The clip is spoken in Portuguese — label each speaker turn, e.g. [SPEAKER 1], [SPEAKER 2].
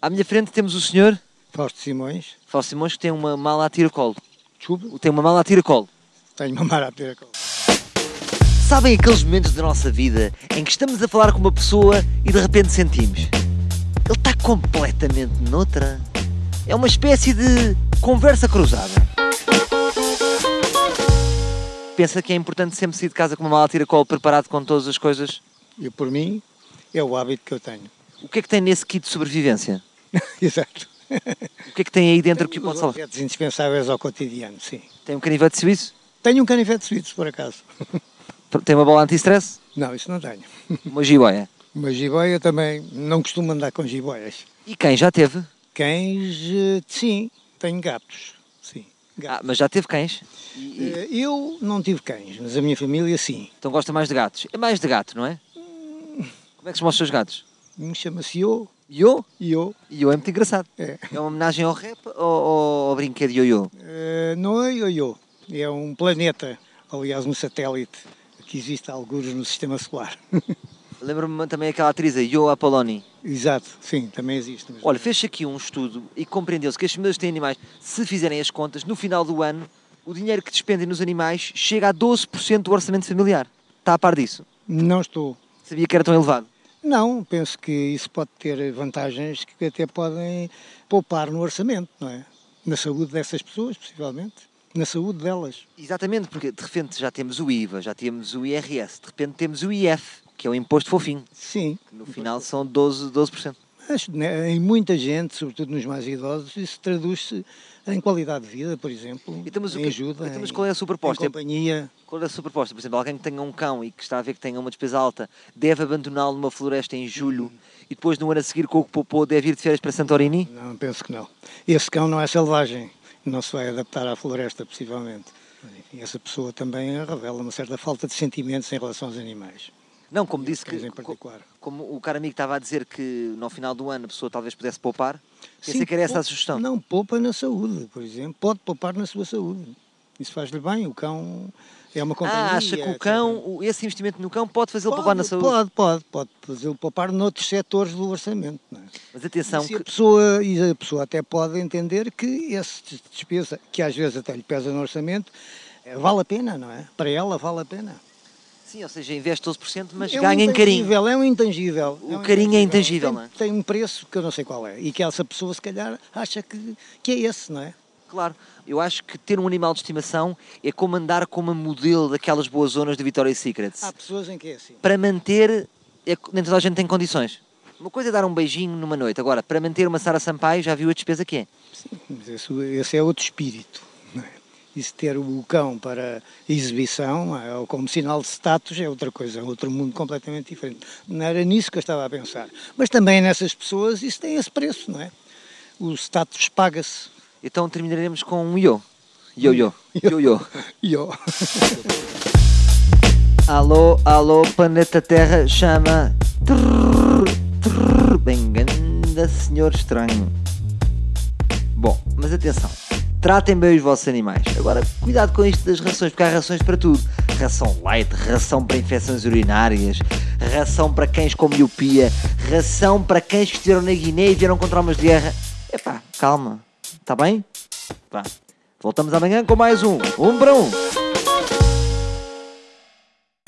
[SPEAKER 1] À minha frente temos o senhor
[SPEAKER 2] Fausto Simões,
[SPEAKER 1] Fausto Simões que tem uma mala a tiracolo.
[SPEAKER 2] desculpe,
[SPEAKER 1] Tem uma mala a tiracolo.
[SPEAKER 2] tenho uma marapira.
[SPEAKER 1] Sabem aqueles momentos da nossa vida em que estamos a falar com uma pessoa e de repente sentimos? Ele está completamente noutra. É uma espécie de conversa cruzada. Pensa que é importante sempre sair de casa com uma mala a tiracolo preparado com todas as coisas?
[SPEAKER 2] E por mim, é o hábito que eu tenho.
[SPEAKER 1] O que é que tem nesse kit de sobrevivência?
[SPEAKER 2] Exato.
[SPEAKER 1] O que é que tem aí dentro que pode
[SPEAKER 2] Os
[SPEAKER 1] salvar?
[SPEAKER 2] objetos indispensáveis ao cotidiano, sim.
[SPEAKER 1] Tem um canivete suíço?
[SPEAKER 2] Tenho um canivete suíço, por acaso.
[SPEAKER 1] Tem uma bola anti-stress?
[SPEAKER 2] Não, isso não tenho.
[SPEAKER 1] Uma jiboia?
[SPEAKER 2] Mas jiboia também, não costumo andar com jiboias.
[SPEAKER 1] E quem já teve?
[SPEAKER 2] Cães, eh, sim, tenho gatos, sim.
[SPEAKER 1] Ah,
[SPEAKER 2] gatos.
[SPEAKER 1] mas já teve cães? E-
[SPEAKER 2] Eh, Eu não tive cães, mas a minha família sim.
[SPEAKER 1] Então gosta mais de gatos. É mais de gato, não é? Como é que se mostra os gatos?
[SPEAKER 2] Um chama-se Yo,
[SPEAKER 1] Yo?
[SPEAKER 2] Yo.
[SPEAKER 1] Yo é muito engraçado.
[SPEAKER 2] É.
[SPEAKER 1] É uma homenagem ao rap ou ou ao brinquedo yo-yo?
[SPEAKER 2] Eh, não é Yo-Yo, é um planeta, aliás um satélite, que existe a algures no Sistema Solar.
[SPEAKER 1] Lembro-me também aquela atriz, a Yo Apoloni.
[SPEAKER 2] Exato, sim, também existe. mas-
[SPEAKER 1] Olha, fez-se aqui um estudo e compreendeu-se que as famílias que têm animais, se fizerem as contas, no final do ano, o dinheiro que despendem nos animais chega a 12% do orçamento familiar. Está a par disso?
[SPEAKER 2] Não estou.
[SPEAKER 1] Sabia que era tão elevado.
[SPEAKER 2] Não, penso que isso pode ter vantagens que até podem poupar no orçamento, não é? Na saúde dessas pessoas, possivelmente. Na saúde delas.
[SPEAKER 1] Exatamente, porque de repente já temos o IVA, já temos o IRS, de repente temos o IF, que é o imposto fofinho.
[SPEAKER 2] Sim.
[SPEAKER 1] No final são 12%. 12%.
[SPEAKER 2] Mas né, em muita gente, sobretudo nos mais idosos, isso traduz-se em qualidade de vida, por exemplo.
[SPEAKER 1] Então, mas o
[SPEAKER 2] em
[SPEAKER 1] que-
[SPEAKER 2] ajuda.
[SPEAKER 1] então, mas
[SPEAKER 2] em-
[SPEAKER 1] qual é a sua proposta?
[SPEAKER 2] Em companhia.
[SPEAKER 1] Qual é a sua proposta? Por exemplo, alguém que tenha um cão e que está a ver que tenha uma despesa alta deve abandoná-lo numa floresta em julho
[SPEAKER 2] Uhum.
[SPEAKER 1] e depois no ano a seguir com o que poupou deve ir de férias para Santorini?
[SPEAKER 2] Não, penso que não. Esse cão não é selvagem. Não se vai adaptar à floresta, possivelmente. Mas, enfim, essa pessoa também revela uma certa falta de sentimentos em relação aos animais.
[SPEAKER 1] Não, como
[SPEAKER 2] E aos
[SPEAKER 1] disse que.
[SPEAKER 2] cães em
[SPEAKER 1] co-
[SPEAKER 2] particular.
[SPEAKER 1] Como o cara amigo estava a dizer que no final do ano a pessoa talvez pudesse poupar, pensei
[SPEAKER 2] Sim,
[SPEAKER 1] que era essa a
[SPEAKER 2] poupa-
[SPEAKER 1] sugestão.
[SPEAKER 2] Não, poupa na saúde, por exemplo. Pode poupar na sua saúde. Isso faz-lhe bem. O cão é uma companhia.
[SPEAKER 1] ah, acha que o
[SPEAKER 2] etc.
[SPEAKER 1] cão, o- esse investimento no cão pode fazê-lo
[SPEAKER 2] Pode,
[SPEAKER 1] poupar na saúde?
[SPEAKER 2] Pode, pode. Pode fazê-lo poupar noutros setores do orçamento. Não é?
[SPEAKER 1] Mas atenção,
[SPEAKER 2] Se a
[SPEAKER 1] que-
[SPEAKER 2] pessoa, e a pessoa até pode entender que essa des- despesa, que às vezes até lhe pesa no orçamento, eh, vale a pena, não é? Para ela vale a pena.
[SPEAKER 1] sim, ou seja, investe 12%, mas
[SPEAKER 2] É um
[SPEAKER 1] ganha em carinho.
[SPEAKER 2] intangível, É um intangível.
[SPEAKER 1] O
[SPEAKER 2] um
[SPEAKER 1] carinho é intangível,
[SPEAKER 2] Tem-
[SPEAKER 1] não é?
[SPEAKER 2] Tem um preço que eu não sei qual é. E que essa pessoa, se calhar, acha que, que é esse, não é?
[SPEAKER 1] Claro, eu acho que ter um animal de estimação é como andar com uma modelo daquelas boas zonas de Victoria's Secrets.
[SPEAKER 2] Há pessoas em que é assim.
[SPEAKER 1] Para manter, é, que nem toda a gente tem condições. Uma coisa é dar um beijinho numa noite, agora, para manter uma Sara Sampaio, já viu a despesa que é?
[SPEAKER 2] Sim, mas esse, esse é outro espírito. Não é? E se ter o cão para exibição não é? ou como sinal de status é outra coisa, é outro mundo completamente diferente. Não era nisso que eu estava a pensar. Mas também nessas pessoas isso tem esse preço, não é? O status paga-se.
[SPEAKER 1] Então terminaremos com um yo. Yo-yo. Yo-yo.
[SPEAKER 2] E eu-
[SPEAKER 1] Alô, alô, planeta Terra chama. Trrr, trrr, bem ganda, senhor estranho. Bom, mas atenção. Tratem bem os vossos animais. Agora, cuidado com isto das rações, porque há rações para tudo. Ração light, ração para infecções urinárias, ração para cães com miopia, ração para cães que estiveram na Guiné e vieram com traumas de guerra. tá Epá, calma. Está bem? Vá. Voltamos amanhã com mais um. Um para um.